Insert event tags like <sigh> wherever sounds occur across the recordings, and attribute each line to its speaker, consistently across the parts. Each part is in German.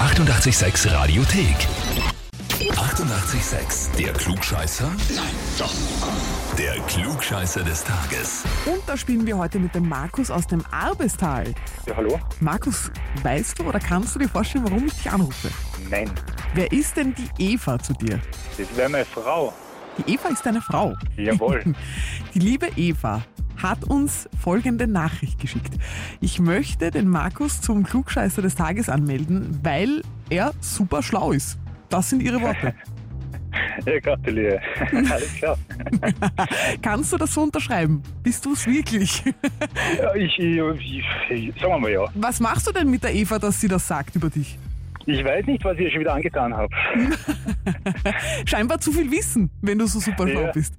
Speaker 1: 886 Radiothek. 88,6. Der Klugscheißer? Nein, doch. Der Klugscheißer des Tages.
Speaker 2: Und da spielen wir heute mit dem Markus aus dem Arbestal.
Speaker 3: Ja, hallo?
Speaker 2: Markus, weißt du oder kannst du dir vorstellen, warum ich dich anrufe?
Speaker 3: Nein,
Speaker 2: Wer ist denn die Eva zu dir?
Speaker 3: das wäre meine Frau.
Speaker 2: Die Eva ist deine Frau.
Speaker 3: <laughs> Jawohl.
Speaker 2: Die liebe Eva hat uns folgende Nachricht geschickt. Ich möchte den Markus zum Klugscheißer des Tages anmelden, weil er super schlau ist. Das sind ihre Worte.
Speaker 3: ja, gratuliere. Alles klar.
Speaker 2: Kannst du das so unterschreiben? Bist du es wirklich?
Speaker 3: Ja, ich, ich, ich, ich, sagen wir mal ja.
Speaker 2: Was machst du denn mit der Eva, dass sie das sagt über dich?
Speaker 3: Ich weiß nicht, was ich ihr schon wieder angetan habe.
Speaker 2: Scheinbar zu viel Wissen, wenn du so super schlau
Speaker 3: Ja.
Speaker 2: bist.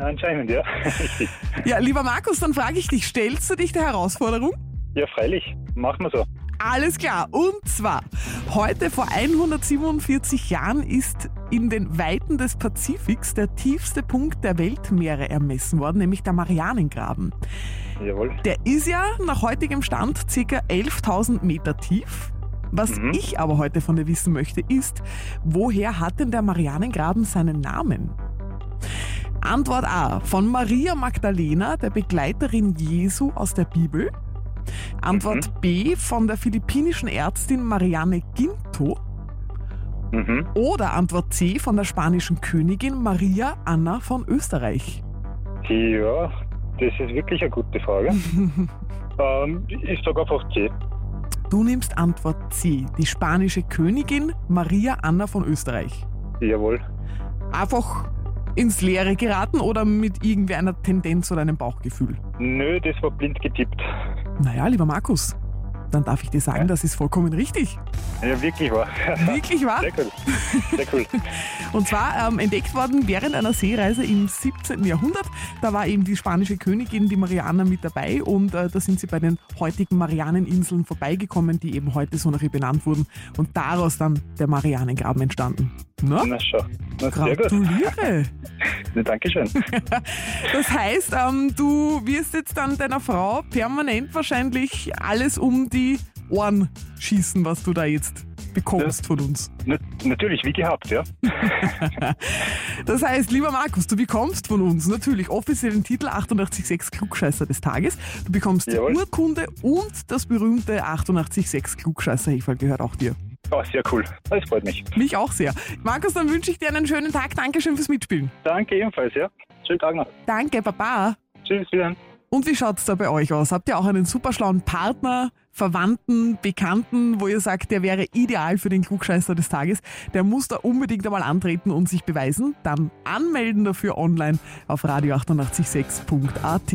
Speaker 3: Anscheinend, ja. <laughs> Richtig.
Speaker 2: Ja, lieber Markus, dann frage ich dich, stellst du dich der Herausforderung?
Speaker 3: Ja, freilich. Machen wir so.
Speaker 2: Alles klar. Und zwar, heute vor 147 Jahren ist in den Weiten des Pazifiks der tiefste Punkt der Weltmeere ermessen worden, nämlich der Marianengraben.
Speaker 3: Jawohl.
Speaker 2: Der ist ja nach heutigem Stand ca. 11.000 Meter tief. Was
Speaker 3: Mhm.
Speaker 2: ich aber heute von dir wissen möchte, ist, woher hat denn der Marianengraben seinen Namen? Antwort A. Von Maria Magdalena, der Begleiterin Jesu aus der Bibel. Antwort B. Von der philippinischen Ärztin Marianne Ginto.
Speaker 3: Mhm.
Speaker 2: Oder Antwort C. Von der spanischen Königin Maria Anna von Österreich.
Speaker 3: Ja, das ist wirklich eine gute <laughs> Frage. ähm, ich sage einfach C.
Speaker 2: Du nimmst Antwort C, die spanische Königin Maria Anna von Österreich.
Speaker 3: Jawohl.
Speaker 2: Einfach ins Leere geraten oder mit irgendeiner Tendenz oder einem Bauchgefühl?
Speaker 3: Nö, das war blind getippt.
Speaker 2: Naja, lieber Markus, dann darf ich dir sagen, das ist vollkommen richtig.
Speaker 3: Ja, wirklich wahr.
Speaker 2: Wirklich wahr?
Speaker 3: Sehr cool. Sehr cool.
Speaker 2: Und zwar ähm, entdeckt worden während einer Seereise im 17. Jahrhundert. Da war eben die spanische Königin, die Mariana, mit dabei und äh, da sind sie bei den heutigen Marianeninseln vorbeigekommen, die eben heute so nach ihr benannt wurden und daraus dann der Marianengraben entstanden. Na?
Speaker 3: Na schau. Na, sehr gut.
Speaker 2: Gratuliere!
Speaker 3: Na, Dankeschön.
Speaker 2: Das heißt, ähm, du wirst jetzt dann deiner Frau permanent wahrscheinlich alles um die Ohren schießen, was du da jetzt bekommst von uns.
Speaker 3: Na, natürlich, wie gehabt, ja.
Speaker 2: Das heißt, lieber Markus, du bekommst von uns natürlich offiziell den Titel 886 Klugscheißer des Tages. Du bekommst
Speaker 3: Jawohl.
Speaker 2: die Urkunde und das berühmte 886 Klugscheißer Heferl gehört auch dir.
Speaker 3: Oh, sehr cool. Das freut mich.
Speaker 2: Mich auch sehr. Markus, dann wünsche ich dir einen schönen Tag. Dankeschön fürs Mitspielen.
Speaker 3: Danke ebenfalls, ja. Schönen Tag noch.
Speaker 2: Danke, Baba.
Speaker 3: Tschüss, wieder.
Speaker 2: Und wie schaut's da bei euch aus? Habt ihr auch einen super schlauen Partner, Verwandten, Bekannten, wo ihr sagt, der wäre ideal für den Klugscheißer des Tages? Der muss da unbedingt einmal antreten und sich beweisen. Dann anmelden dafür online auf radio886.at.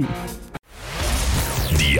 Speaker 1: Die